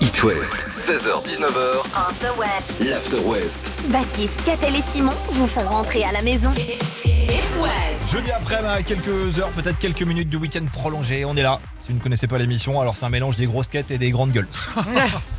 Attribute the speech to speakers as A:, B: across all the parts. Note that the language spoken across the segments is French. A: It Oh. West, 16h-19h,
B: After West.
A: l'After West.
B: Baptiste, Catel et Simon vous font rentrer à la maison.
C: Jeudi après, à quelques heures, peut-être quelques minutes du week-end prolongé, on est là. Si vous ne connaissez pas l'émission, alors c'est un mélange des grosses quêtes et des grandes gueules.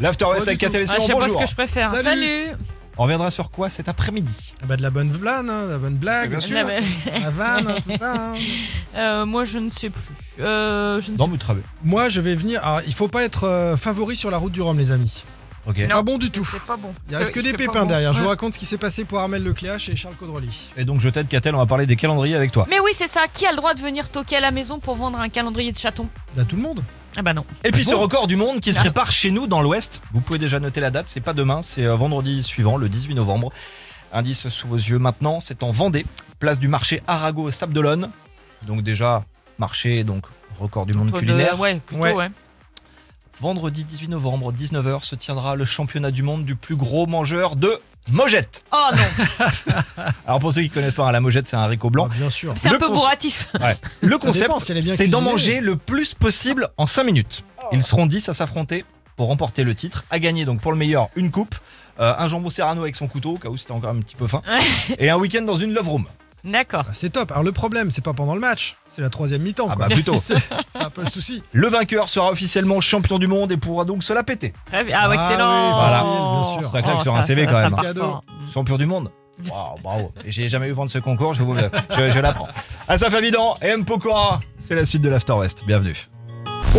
C: L'After West avec Catel et
D: Ah, je
C: Simon,
D: sais pas ce
C: bonjour.
D: que je préfère.
E: Salut.
C: On reviendra sur quoi cet après-midi
E: Ah bah de la bonne blague, hein, de la bonne blague,
C: Ah, Bien sûr.
D: Non, mais,
E: la vanne, hein, tout ça. hein.
D: euh, moi, je ne sais plus. Euh, je ne sais
C: Non, mais très bien.
E: Moi, je vais venir. Alors, il faut pas être euh, favori sur la route du Rhum, les amis.
C: Ok.
D: Non.
E: Pas bon du
D: plus.
E: tout.
D: C'est pas bon.
E: Il arrive que
D: Euh,
E: des
D: c'est pas
E: pépins
D: bon.
E: derrière. Je
D: Ouais.
E: vous raconte ce qui s'est passé pour Armel Lecléache et Charles Caudrelier.
C: Et donc, je t'aide, Catel, on va parler des calendriers avec toi.
D: Mais oui, c'est ça. Qui a le droit de venir toquer à la maison pour vendre un calendrier de chaton
E: Là, tout le monde.
D: Ah bah non.
C: Et puis,
E: bon
C: ce record du monde qui se
D: Ah.
C: prépare chez nous dans l'Ouest. Vous pouvez déjà noter la date, c'est pas demain, c'est euh, vendredi suivant, le 18 novembre. Indice sous vos yeux maintenant, c'est en Vendée, place du marché Arago Sable d'Olonne. Donc, déjà, marché, donc record du monde
D: Toi, de-
C: culinaire.
D: ouais, plutôt,
E: Ouais.
D: ouais.
C: Vendredi 18 novembre, 19h, se tiendra le championnat du monde du plus gros mangeur de mojette.
D: Oh non,
C: Alors pour ceux qui connaissent pas, hein, la mojette, c'est un haricot blanc.
E: Ah, bien sûr.
D: c'est un
C: Le
D: peu
C: conse-
D: bourratif.
C: Le
E: Ah, Ça
C: concept,
E: dépend si elle est bien
C: c'est d'en
E: cuisinée.
C: manger le plus possible en 5 minutes. Ils seront 10 à s'affronter pour remporter le titre, à gagner donc pour le meilleur une coupe, euh, un jambon serrano avec son couteau, au cas où c'était encore un petit peu faim, et un week-end dans une love room.
D: D'accord.
E: Ah, C'est top. Alors, le problème, c'est pas pendant le match. C'est la troisième mi-temps.
C: Ah
E: quoi.
C: bah plutôt.
E: C'est un peu le souci.
C: Le vainqueur sera officiellement champion du monde et pourra donc se la péter.
D: Très bien. Ah, ouais,
E: Ah
D: excellent. Oh,
E: oui, facile, bien sûr.
C: Ça claque sur un
D: ça-
C: CV
D: ça-
C: quand
D: ça
C: même.
D: part
E: Cadeau.
D: fort.
C: Mm. Champion du monde Waouh, bravo. Et J'ai jamais eu vent de ce concours, je, vous le- je, je l'apprends. Asaf Abidan et M. Pokora, c'est la suite de l'After West. Bienvenue.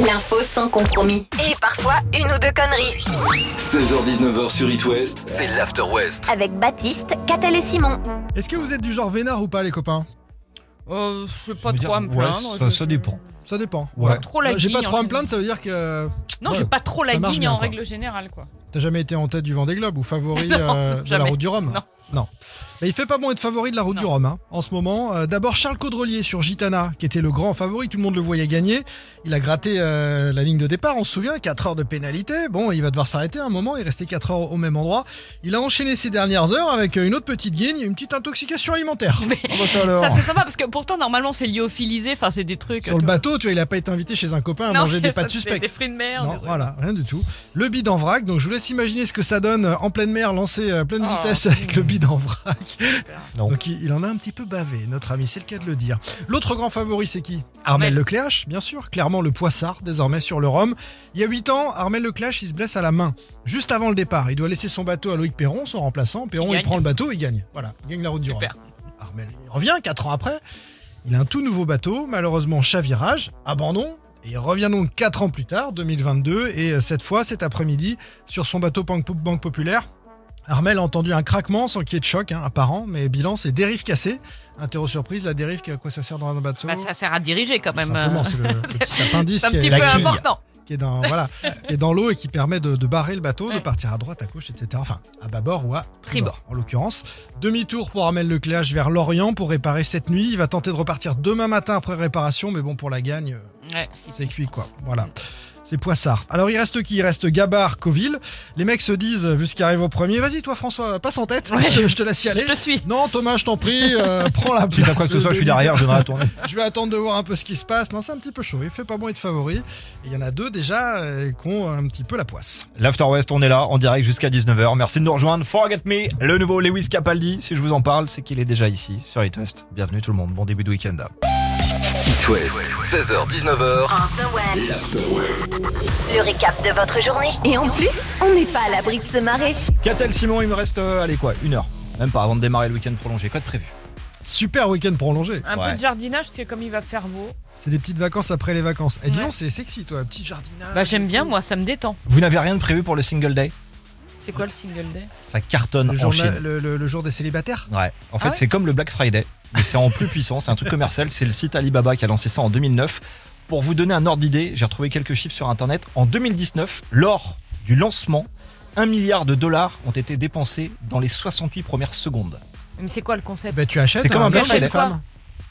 B: L'info sans compromis. Et parfois une ou deux conneries.
A: 16h-19h sur It West, c'est l'After West.
B: Avec Baptiste, Catel et Simon.
E: Est-ce que vous êtes du genre vénard ou pas, les copains
D: Euh, je sais
C: Je
D: pas
C: veux
D: trop
C: dire,
D: à me
C: ouais,
D: plaindre.
C: ça-
D: je-
C: ça dépend.
E: Ça dépend.
C: Ouais.
D: Trop la hein,
E: J'ai
D: guigne,
E: pas trop
D: en
E: à me
D: fait.
E: plaindre, ça veut dire que
D: Non,
E: Ouais.
D: j'ai pas trop la
E: Ça marche
D: guigne
E: bien,
D: en
E: quoi.
D: règle générale, quoi.
E: t'as jamais été en tête du Vendée Globe ou favori euh, de la
D: jamais.
E: route du Rhum.
D: Non.
E: Mais il fait pas bon être favori de la route
D: Non.
E: du Rhum hein, en ce moment. Euh, D'abord Charles Caudrelier sur Gitana, qui était le grand favori, tout le monde le voyait gagner. Il a gratté euh, la ligne de départ, on se souvient, 4 heures de pénalité. Bon, il va devoir s'arrêter à un moment, il restait 4 heures au même endroit. Il a enchaîné ses dernières heures avec euh, une autre petite guigne et une petite intoxication alimentaire. Ah bah ça alors.
D: Ça, c'est sympa parce que pourtant, normalement, c'est lyophilisé. Enfin, c'est des trucs.
E: sur le
D: tu vois.
E: bateau, tu vois, il a pas été invité chez un copain à
D: Non,
E: manger
D: c'est
E: des
D: ça,
E: pâtes
D: c'est
E: suspectes.
D: Des fruits de mer.
E: Non,
D: des trucs.
E: voilà, rien du tout. Le bid en vrac, donc je vous laisse imaginer ce que ça donne euh, en pleine mer, lancé à pleine
D: Oh.
E: vitesse avec le bid en vrac.
C: Non.
E: Donc il, il en a un petit peu bavé, notre ami, c'est le cas de le dire. L'autre grand favori, c'est qui Armel
D: Armel.
E: Lecléache, bien sûr, clairement le poissard, désormais sur le Rhum. Il y a 8 ans, Armel Lecléache, il se blesse à la main, juste avant le départ. Il doit laisser son bateau à Loïc Perron, son remplaçant. Perron, il,
D: gagne.
E: prend le bateau, il gagne. Voilà, il gagne la route du Rhum.
D: Super.
E: Armel il revient 4 ans après. Il a un tout nouveau bateau, malheureusement chavirage, abandon. Et il revient donc 4 ans plus tard, 2022, et euh, cette fois, cet après-midi, sur son bateau Banque, Banque Populaire. Armel a entendu un craquement sans qu'il y ait de choc hein, apparent, mais bilan, c'est dérive cassée. Interro surprise, la dérive, à quoi ça sert dans un bateau
D: Bah, ça sert à diriger quand même.
E: Simplement,
D: euh.
E: c'est le, le petit appendice
D: C'est un
E: qui est-
D: petit
E: la
D: peu
E: quille
D: important.
E: qui est dans voilà, qui est dans l'eau et qui permet de, de barrer le bateau, de partir à droite, à gauche, etc. Enfin, à bâbord ou à tribord, en l'occurrence. Demi-tour pour Armel Lecléache vers l'Orient pour réparer cette nuit. Il va tenter de repartir demain matin après réparation, mais bon, pour la gagne, euh,
D: Ouais.
E: c'est cuit quoi. Voilà. C'est Poissard. Alors il reste qui Il reste Gabard, Coville. Les mecs se disent, vu ce qui arrive au premier, vas-y toi François, passe en tête, je, te, je te laisse y aller.
D: Je te suis.
E: Non Thomas, je t'en prie, euh, prends la place.
C: Si t'as quoi que ce soit, je suis
E: de
C: derrière, je vais tourner.
E: je vais attendre de voir un peu ce qui se passe. Non, c'est un petit peu chaud. Il fait pas bon être favori. Et Il y en a deux déjà euh, qui ont un petit peu la poisse.
C: L'After West, on est là, en direct jusqu'à 19h. Merci de nous rejoindre. Forget Me, le nouveau Lewis Capaldi. Si je vous en parle, c'est qu'il est déjà ici sur It West. Bienvenue tout le monde, bon début de week-end.
A: It West, 16h-19h,
B: After West.
A: l'After West.
B: Le récap de votre journée. Et en plus, on n'est pas à l'abri de se marrer.
C: Catel Simon, il me reste, euh, allez quoi, une heure. Même pas avant de démarrer le week-end prolongé. Quoi de prévu
E: Super week-end prolongé.
D: Un
C: Ouais.
D: peu de jardinage parce que comme il va faire beau.
E: C'est des petites vacances après les vacances. Et dis
D: Ouais.
E: donc, c'est sexy, toi, petit jardinage.
D: Bah j'aime bien moi, ça me détend.
C: Vous n'avez rien de prévu pour le single day
D: C'est quoi le single day
C: Ça cartonne
E: Le
C: en
E: jour,
C: Chine.
E: le- le- le jour des célibataires.
C: Ouais. En
E: Ah
C: fait,
D: ouais
C: c'est comme le Black Friday, mais c'est en plus puissant. C'est un truc commercial. C'est le site Alibaba qui a lancé ça en 2009. Pour vous donner un ordre d'idée, j'ai retrouvé quelques chiffres sur Internet. En 2019, lors du lancement, 1 milliard de dollars ont été dépensés dans les 68 premières secondes.
D: Mais c'est quoi le concept
E: Bah, tu achètes
C: C'est comme
E: un
C: un Black
E: homme et une
C: Friday.
E: femme.
C: Non,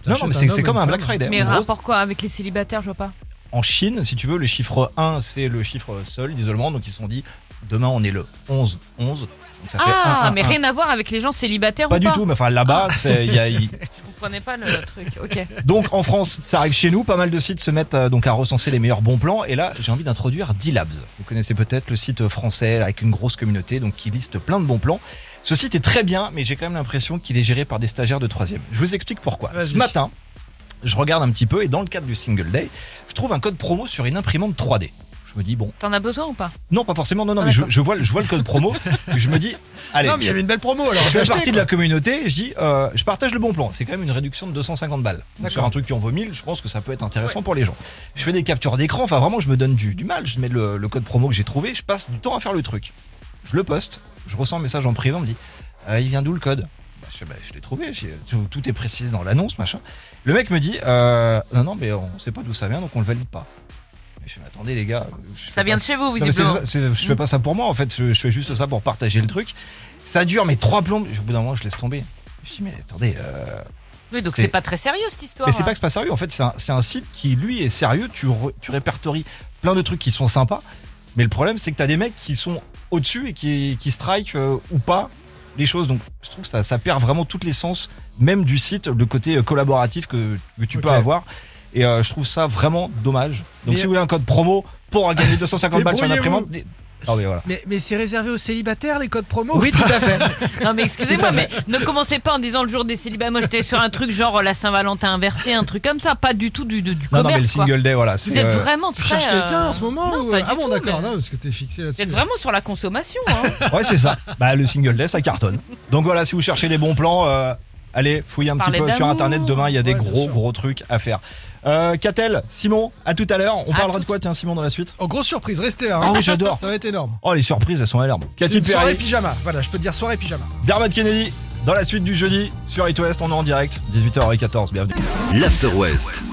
E: T'achètes
C: non, mais
E: un
C: c'est c'est
E: homme
C: comme
E: et
C: un
E: une
C: Black
E: femme.
C: Friday.
D: Mais
C: En gros,
D: rapport quoi avec les célibataires, je vois pas.
C: en Chine, si tu veux, le chiffre 1, c'est le chiffre seul d'isolement. Donc, ils se sont dit, demain, on est le 11-11. Donc, ça fait
D: Ah,
C: 1, 1,
D: mais
C: 1.
D: rien à voir avec les gens célibataires
C: Pas
D: ou
C: du
D: pas Ah.
C: tout, mais enfin là-bas, c'est- il y a- il-
D: comprenais pas le truc. Ok.
C: Donc en France, ça arrive chez nous, pas mal de sites se mettent euh, donc à recenser les meilleurs bons plans et là, j'ai envie d'introduire D-Labs. Vous connaissez peut-être le site euh, français avec une grosse communauté donc qui liste plein de bons plans. Ce site est très bien, mais j'ai quand même l'impression qu'il est géré par des stagiaires de troisième. Je vous explique pourquoi.
E: Vas-y.
C: Ce matin, je regarde un petit peu et dans le cadre du Single Day, je trouve un code promo sur une imprimante 3D. Je me dis bon,
D: T'en as besoin ou pas
C: non pas forcément, non non,
D: Ah,
C: mais je,
D: d'accord.
C: je vois, le- je vois le code promo, et je me dis allez,
E: non, mais il y avait une belle promo alors.
C: je
E: j'ai
C: fais
E: acheté,
C: partie de
E: quoi.
C: la communauté, je dis, euh, je partage le bon plan. C'est quand même une réduction de 250 balles. Donc, Sur un truc qui en vaut 1000, je pense que ça peut être intéressant pour les gens. Je fais des captures d'écran, enfin vraiment, je me donne du, du mal. Je mets le, le code promo que j'ai trouvé, je passe du temps à faire le truc. Je le poste, je ressens un message en privé, on me dit, Euh, il vient d'où le code Bah, je, fais, Bah, je l'ai trouvé, j'ai- tout, tout est précisé dans l'annonce, machin. Le mec me dit, Euh, non, non, mais on sait pas d'où ça vient, donc on le valide pas. Et je fais, mais attendez les gars. je fais
D: Ça vient
C: pas
D: de chez vous,
C: non, mais c'est-
D: visiblement.
C: c'est- je fais
D: Mm.
C: pas ça pour moi en fait, je, je fais juste ça pour partager le truc. Ça dure mais trois plombes, au bout d'un moment je laisse tomber. Je dis mais attendez, euh,
D: Oui, donc
C: c'est-
D: c'est pas très sérieux cette histoire. hein.
C: mais c'est
D: là.
C: pas que c'est pas sérieux en fait, c'est un, c'est un site qui lui est sérieux, tu, re- tu répertories plein de trucs qui sont sympas, mais le problème c'est que t'as des mecs qui sont au-dessus et qui, qui strike euh, ou pas les choses, donc je trouve que ça, ça perd vraiment tout l'essence même du site, le côté euh, collaboratif que, que tu peux
E: Ok.
C: avoir, et euh, je trouve ça vraiment dommage. Donc
F: Mais-
C: si vous voulez un code promo pour gagner 250 balles sur une
E: Débrouillez-vous.
C: imprimante, ah oui voilà.
F: Mais, mais c'est réservé aux célibataires les codes promo
E: Oui, tout à fait.
D: Non, mais excusez-moi, mais ne commencez pas en disant le jour des célibats. Moi, j'étais sur un truc genre la Saint-Valentin inversée, un truc comme ça. Pas du tout du, du, du
C: Non, non, mais le
D: commerce. quoi.
C: single day, voilà.
D: Vous
C: c'est,
D: êtes
C: euh,
D: vraiment
E: Tu
D: très.
E: cherches quelqu'un
D: euh,
E: en ce moment
D: non,
E: ou-
D: pas
E: Ah
D: du
E: bon,
D: tout,
E: d'accord,
D: mais-
E: non, parce que t'es fixé
D: Vous
E: là-dessus.
D: êtes vraiment sur la consommation. Hein.
C: Ouais, c'est ça. Bah, le single day, ça cartonne. Donc voilà, si vous cherchez des bons plans, euh, allez, fouillez un petit
D: Parlez
C: peu sur
D: d'amour.
C: internet. Demain, il y a des
E: Ouais, bien
C: gros,
E: sûr.
C: gros trucs à faire. Euh, Catel, Simon, à tout à l'heure. On
D: À
C: parlera
D: tout.
C: de quoi, tiens, Simon, dans la suite
E: En Oh, grosse surprise, restez là.
C: Ah
E: hein.
C: oui, j'adore.
E: Ça va être énorme.
C: Oh, les surprises, elles sont énormes.
E: C'est
C: Cathy
E: une soirée
C: Perry,
E: pyjama. Voilà, je peux te dire soirée pyjama.
C: Dermot Kennedy, dans la suite du jeudi, sur It West, on est en direct, 18h14, bienvenue.
A: l'After West,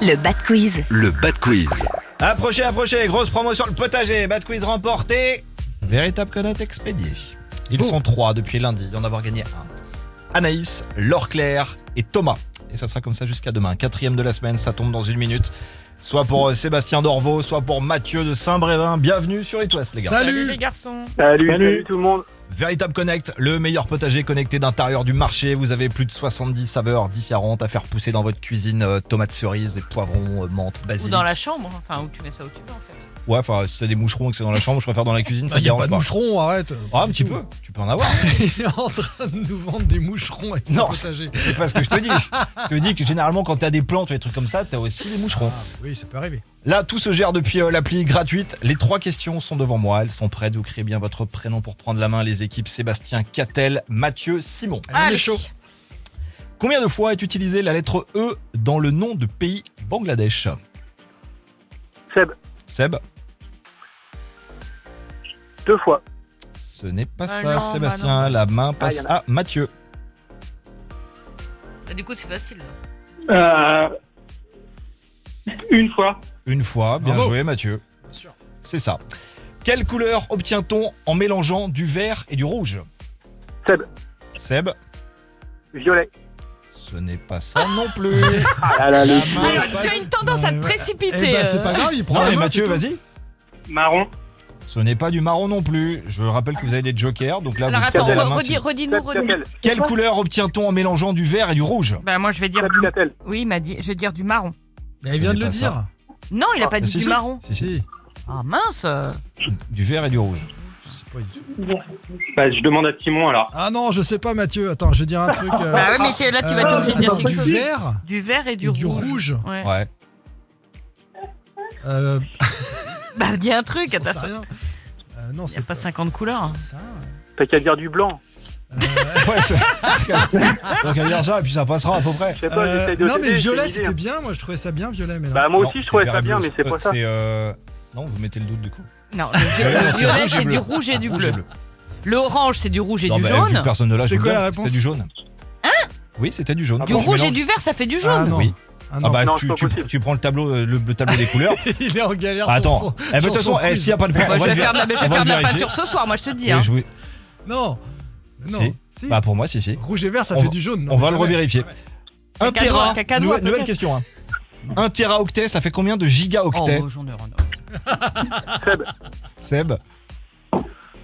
B: Le Bad Quiz.
A: le Bad Quiz.
C: Approchez, approchez, grosse promo sur le potager, Bad Quiz remporté. Véritable connaître expédié. Ils
E: Bon.
C: sont trois depuis lundi, d'en avoir gagné un. Anaïs, Laure Claire et Thomas. Et ça sera comme ça jusqu'à demain. Quatrième de la semaine, ça tombe dans une minute. Soit pour euh, Sébastien Dorvaux, soit pour Mathieu de Saint-Brévin. Bienvenue sur It West, les gars.
E: Salut.
D: les garçons.
G: Salut, salut tout le monde.
C: Véritable Connect, le meilleur potager connecté d'intérieur du marché. Vous avez plus de 70 saveurs différentes à faire pousser dans votre cuisine. Euh, tomates cerises, des poivrons, euh, menthe, basilic.
D: Ou dans la chambre. Enfin, où tu mets ça où tu veux, en fait.
C: Ouais, enfin, si c'est des moucherons et que c'est dans la chambre, je préfère dans la cuisine, ça
E: Il
C: me
E: Ah, y a pas
C: dérange
E: de
C: pas.
E: moucherons, arrête.
C: Ah, un petit peu, tu peux en avoir.
E: Il est en train de nous vendre des moucherons avec
C: Non.
E: son potager.
C: C'est pas ce que je te dis. Je te dis que généralement, quand t'as des plantes ou des trucs comme ça, t'as aussi des moucherons.
E: Ah, oui, ça peut arriver.
C: Là, tout se gère depuis euh, l'appli gratuite. Les trois questions sont devant moi. Elles sont prêtes. Vous créez bien votre prénom pour prendre la main. Les équipes Sébastien, Catel, Mathieu, Simon.
D: Ah,
E: Allez, on est chaud.
C: Combien de fois est utilisée la lettre E dans le nom de pays Bangladesh
G: Seb,
C: Seb,
G: deux fois.
C: ce n'est pas
D: Ah
C: ça,
D: non,
C: Sébastien.
D: bah
C: la main passe
G: Ah, y en
C: à Mathieu.
D: Ah, Du coup, c'est facile. là.
G: Euh, une fois.
C: Une fois, bien
E: Bravo.
C: joué Mathieu.
E: sûr.
C: C'est ça. Quelle couleur obtient-on en mélangeant du vert et du rouge
G: Seb.
C: Seb,
G: Violet.
C: ce n'est pas ça non plus.
G: Ah là là,
C: La
G: le
C: main
D: Tu as
C: passe-
D: une tendance à te
E: Ouais.
D: précipiter.
E: Eh ben, c'est
D: euh.
E: pas grave, il prend
C: Non
E: la
C: mais
E: main,
C: Mathieu,
E: c'est tout.
C: vas-y.
G: marron.
C: Ce n'est pas du marron non plus. Je rappelle que vous avez des jokers, donc là
D: Alors
C: vous
D: attends,
C: perdez la
D: re-
C: main,
D: redis-
C: c'est-
D: redis-nous,
G: Seb
D: redis-nous.
G: Picatel.
C: Quelle couleur obtient-on en mélangeant du vert et du rouge
D: Bah, moi, je vais dire
G: Seb
D: du.
G: Picatel.
D: Oui, il m'a dit. Je vais dire du marron.
E: Mais il vient
C: Ce
E: de
C: n'est
E: le
C: pas
E: dire.
D: Non, il a pas
C: Ah,
D: dit
C: si,
D: du
C: si.
D: marron.
C: Si, si.
D: Ah mince.
C: Du vert et du rouge.
G: Bah, je demande à Simon alors.
E: Ah non, je sais pas, Mathieu. Attends, je vais dire un truc. euh,
D: Bah ouais, mais t'es- là, tu vas être obligé de dire
E: attends,
D: quelque
E: du
D: chose.
E: vert
D: Du vert et
E: et
D: du
E: du
D: rouge.
E: rouge.
D: Ouais.
C: Ouais.
E: Euh,
D: Bah, dis un truc,
E: j'en sais
D: attends.
E: rien. Euh, non,
D: Il a
E: c'est
D: pas 50 couleurs.
E: ça.
G: T'as qu'à dire du blanc.
C: ouais c'est- donc à dire ça et puis ça passera à peu près.
G: Je sais pas, j'essaye de
E: Euh, non, mais
G: t'aider,
E: violet,
G: j'ai une idée.
E: c'était bien. Moi, je trouvais ça bien, violet. Mais non.
G: Bah, moi
C: Non,
G: aussi, je
C: c'est
G: trouvais
C: vert
G: ça
C: et
G: bien,
C: bleu.
G: mais c'est
C: Euh,
G: pas ça.
C: c'est, euh, Non, vous mettez le doute du coup.
D: Non, le
C: c'est
D: violet,
C: rouge et
D: c'est du
C: bleu.
D: rouge et du
C: Rouge
D: bleu. Le orange, c'est du rouge et
C: Non,
D: du
C: bah, vu que
D: jaune. Hein
C: personne ne l'a, je
E: C'est
C: vous
E: quoi
C: le
E: la
C: donne,
E: réponse
C: C'était du jaune. Oui, c'était du jaune.
G: Ah
D: Du
C: Quand tu
D: rouge et
C: mélanges-
D: du vert, ça fait du
E: Ah
D: jaune.
E: non.
C: Oui.
E: Ah non.
C: Ah bah
G: Non,
C: tu,
G: c'est pas
C: tu-
G: possible.
C: tu prends le tableau, euh, le, le tableau des couleurs.
E: il est en galère.
C: Ah, Attends.
E: sur son-
C: Eh, mais de toute
E: sur son
C: façon, eh,
E: quiz.
C: s'il n'y a pas de point, on
D: Moi, je
C: va le
D: vais faire de la, je vais
C: on va
D: faire de la
C: le vérifier.
D: peinture ce soir, moi je te dis.
C: Mais
D: hein.
C: je vous-
E: Non. Non.
C: Si.
E: Si.
C: Bah pour moi, si si.
E: Rouge et vert, ça
C: on
E: fait
C: va-
E: du jaune. non,
C: On va le
E: jamais.
C: revérifier. Un
D: Cacado,
C: téra.
D: un cacado,
C: nouvelle, nouvelle
D: peut-être.
C: question. hein. Un téraoctet, ça fait combien de gigaoctets
D: Oh, j'en ai rien.
G: Seb,
C: Seb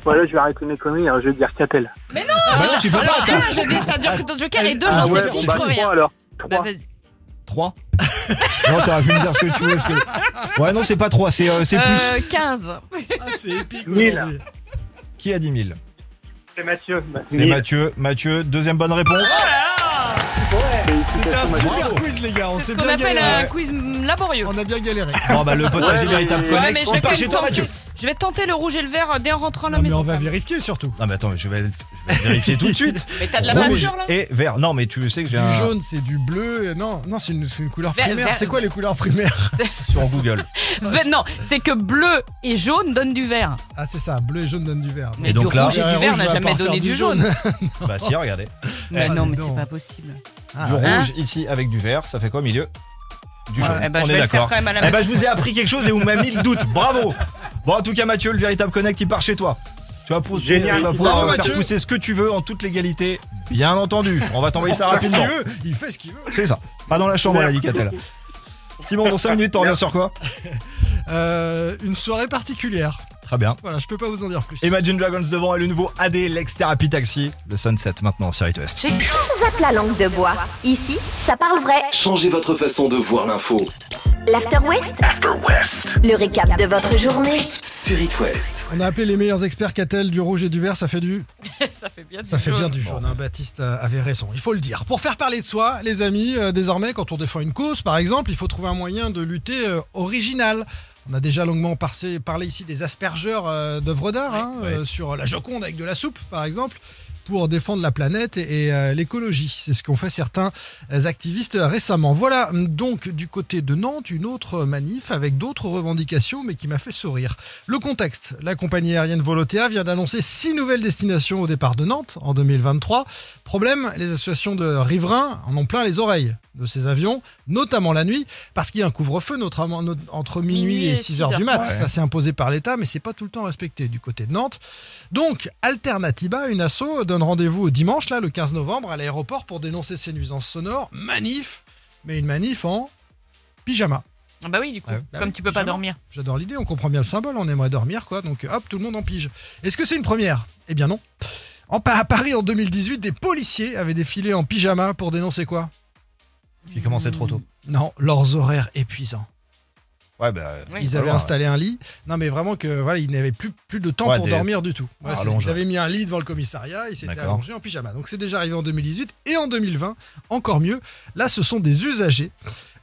G: Ouais, là, je vais arrêter mes conneries, hein, je vais dire Catel.
C: Ah, bah non, tu peux
D: Alors,
C: pas, t'as-
D: un, je dis, t'as dire que ton joker et deux,
C: Ah
D: j'en
C: ouais,
D: sais
C: on
D: plus, je
C: bat
D: crois rien.
G: alors.
D: Bah,
G: Trois.
D: vas-y.
C: 3 Non, t'aurais pu me dire ce que tu veux. parce que- Ouais, non, c'est pas 3, c'est euh, c'est plus.
D: Euh, 15.
E: Ah, c'est épique.
G: Mille.
E: aujourd'hui.
C: Qui a dit 1000
G: C'est Mathieu. Bah,
C: C'est Mathieu. Mathieu, deuxième bonne réponse.
E: C'était un
G: Mathieu.
E: super quiz, les gars. On
D: C'est
E: s'est
D: ce qu'on
E: bien
D: appelle Ah,
E: galéré.
D: un quiz laborieux.
E: On a bien galéré.
C: Bon, bah, le potage
G: Ouais,
C: est véritable
G: mais-
D: Ouais, mais
C: connect.
D: je
C: On
D: vais, quand
C: part
D: même
C: chez toi,
D: tenter,
C: Mathieu.
D: je vais tenter le rouge et le vert dès en rentrant à la
E: Non, mais
D: maison.
E: on va
D: quand même.
E: vérifier surtout.
C: Non, mais attends, mais je vais, je vais vérifier tout de suite.
D: Mais t'as de la
C: Rouge
D: peinture là
C: et vert. Non, mais tu sais que j'ai
E: Du
C: un.
E: jaune, c'est du bleu. euh, Non, non, c'est une, c'est une couleur
D: Vert-
E: primaire.
D: vert-
E: C'est quoi les couleurs primaires
C: sur Google.
D: Ve- Non, c'est que bleu et jaune donnent du vert.
E: Ah, c'est ça. Bleu et jaune donnent du vert.
D: Mais
C: donc
D: du
C: là-
D: rouge et
E: Vert
D: du
E: et
D: vert
E: rouge
D: n'a
E: va
D: jamais
E: pas
D: donné
E: faire
D: du
E: du
D: jaune.
C: Bah, si, regardez.
D: Mais
E: Ah,
D: non,
E: dis
D: mais
E: donc.
D: c'est pas possible.
E: Ah,
C: Du
E: ouais.
C: rouge ici avec du vert, ça fait quoi au milieu Du jaune.
D: Eh ben,
C: On
D: je
C: est
D: vais le faire
C: d'accord.
D: quand même à la
C: Eh
D: maison.
C: ben, je vous ai appris quelque chose et vous m'avez mis le doute. Bravo. Bon, en tout cas, Mathieu, le véritable connect, il part chez toi. Tu vas, pousser-
G: Génial.
C: tu vas pouvoir
E: Bravo,
C: faire
E: Mathieu.
C: pousser ce que tu veux en toute légalité. Bien entendu. On va t'envoyer ça
E: Ah, Il fait ce qu'il
C: rapidement.
E: veut. Il fait ce qu'il veut.
C: C'est ça. Pas dans la chambre, elle a dit Catel. Simon, dans 5 minutes, on revient sur quoi
E: Euh, une soirée particulière.
C: Très bien.
E: Voilà, je peux pas vous en dire plus.
C: Imagine Dragons devant et le nouveau AD, l'ex-thérapie taxi. Le Sunset maintenant sur It West.
B: Zappe la langue de bois. Ici, ça parle vrai.
A: Changez votre façon de voir l'info.
B: L'After West,
A: After West.
B: le récap de votre journée.
A: Sur It West.
E: On a appelé les meilleurs experts Catel du rouge et du vert, ça fait du
D: ça fait bien du
E: ça fait
D: jaune.
E: bien du jaune. hein, Baptiste euh, avait raison, il faut le dire. Pour faire parler de soi, les amis, euh, désormais quand on défend une cause par exemple, il faut trouver un moyen de lutter euh, original. On a déjà longuement parsé- parlé ici des aspergeurs euh, d'œuvres d'art hein,
C: Ouais.
E: euh, sur la Joconde avec de la soupe par exemple pour défendre la planète et, et, euh, l'écologie. C'est ce qu'ont fait certains euh, activistes récemment. Voilà donc du côté de Nantes une autre manif avec d'autres revendications mais qui m'a fait sourire. Le contexte, la compagnie aérienne Volotea vient d'annoncer six nouvelles destinations au départ de Nantes en 2023. Problème, les associations de riverains en ont plein les oreilles de ces avions, notamment la nuit, parce qu'il y a un couvre-feu notamment no- entre minuit,
D: Minuit
E: et
D: et
E: 6 heures
D: six
E: du mat.
C: heures. Ouais.
E: Ça c'est imposé par l'État, mais c'est pas tout le temps respecté du côté de Nantes. Donc, Alternatiba, une asso, donne rendez-vous au dimanche, là, le 15 novembre, à l'aéroport pour dénoncer ces nuisances sonores. Manif, mais une manif en pyjama.
D: Ah bah oui, du coup,
E: Ouais. Bah
D: comme
E: oui,
D: tu peux pas
E: pyjama.
D: dormir.
E: J'adore l'idée, on comprend bien le symbole, on aimerait dormir, quoi. Donc hop, tout le monde en pige. Est-ce que c'est une première Eh bien non. En, Pa- à Paris en 2018, des policiers avaient défilé en pyjama pour dénoncer quoi
C: Qui commençait trop tôt.
E: Non, leurs horaires épuisants.
C: Ouais, bah.
D: Oui.
E: Ils avaient
C: Alors,
E: installé un lit. Non, mais vraiment que voilà, ils n'avaient plus, plus de temps
C: Ouais,
E: pour
C: des-
E: dormir du tout. Ouais, c'est-
C: Allonge.
E: ils avaient mis un lit devant le commissariat, ils s'étaient
C: D'accord.
E: allongés en pyjama. Donc c'est déjà arrivé en 2018 et en 2020, encore mieux. Là, ce sont des usagers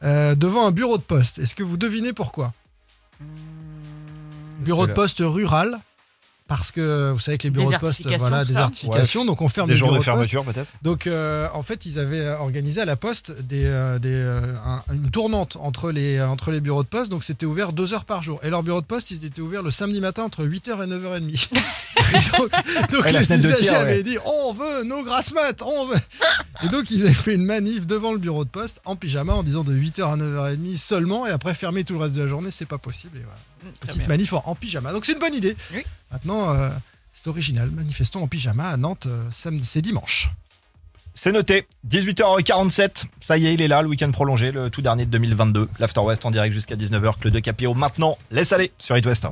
E: euh, devant un bureau de poste. Est-ce que vous devinez pourquoi
C: Parce
E: Bureau
C: que
E: de
C: là-
E: poste rural. Parce que vous savez que les bureaux de poste,
D: Désertification,
E: voilà,
D: tout ça.
E: désertification, donc on ferme
C: euh, Des
E: les
C: jours
E: bureaux
C: de
E: de poste.
C: fermeture, peut-être
E: Donc euh, en fait, ils avaient euh, organisé à la poste des, euh, des, euh, un- une tournante entre les, euh, entre les bureaux de poste, donc c'était ouvert deux heures par jour. Et leur bureau de poste, il était ouvert le samedi matin entre 8h et 9h30. Et donc donc
C: Ouais, la
E: les
C: fenêtre de
E: usagers
C: tir, ouais.
E: avaient dit on veut nos grasses mat, on veut. Et donc ils avaient fait une manif devant le bureau de poste en pyjama en disant de 8h à 9h30 seulement et après fermer tout le reste de la journée, c'est pas possible. Et voilà.
D: Mm, très
E: Petite
D: bien.
E: manif en, en pyjama. Donc c'est une bonne idée.
D: Oui.
E: Maintenant, euh, c'est original. Manifestons en pyjama à Nantes, euh, samedi, c'est dimanche.
C: C'est noté. 18h47. Ça y est, il est là, le week-end prolongé, le tout dernier de 2022. L'After West en direct jusqu'à 19h. Le 2 Capio maintenant. Laisse aller sur It West.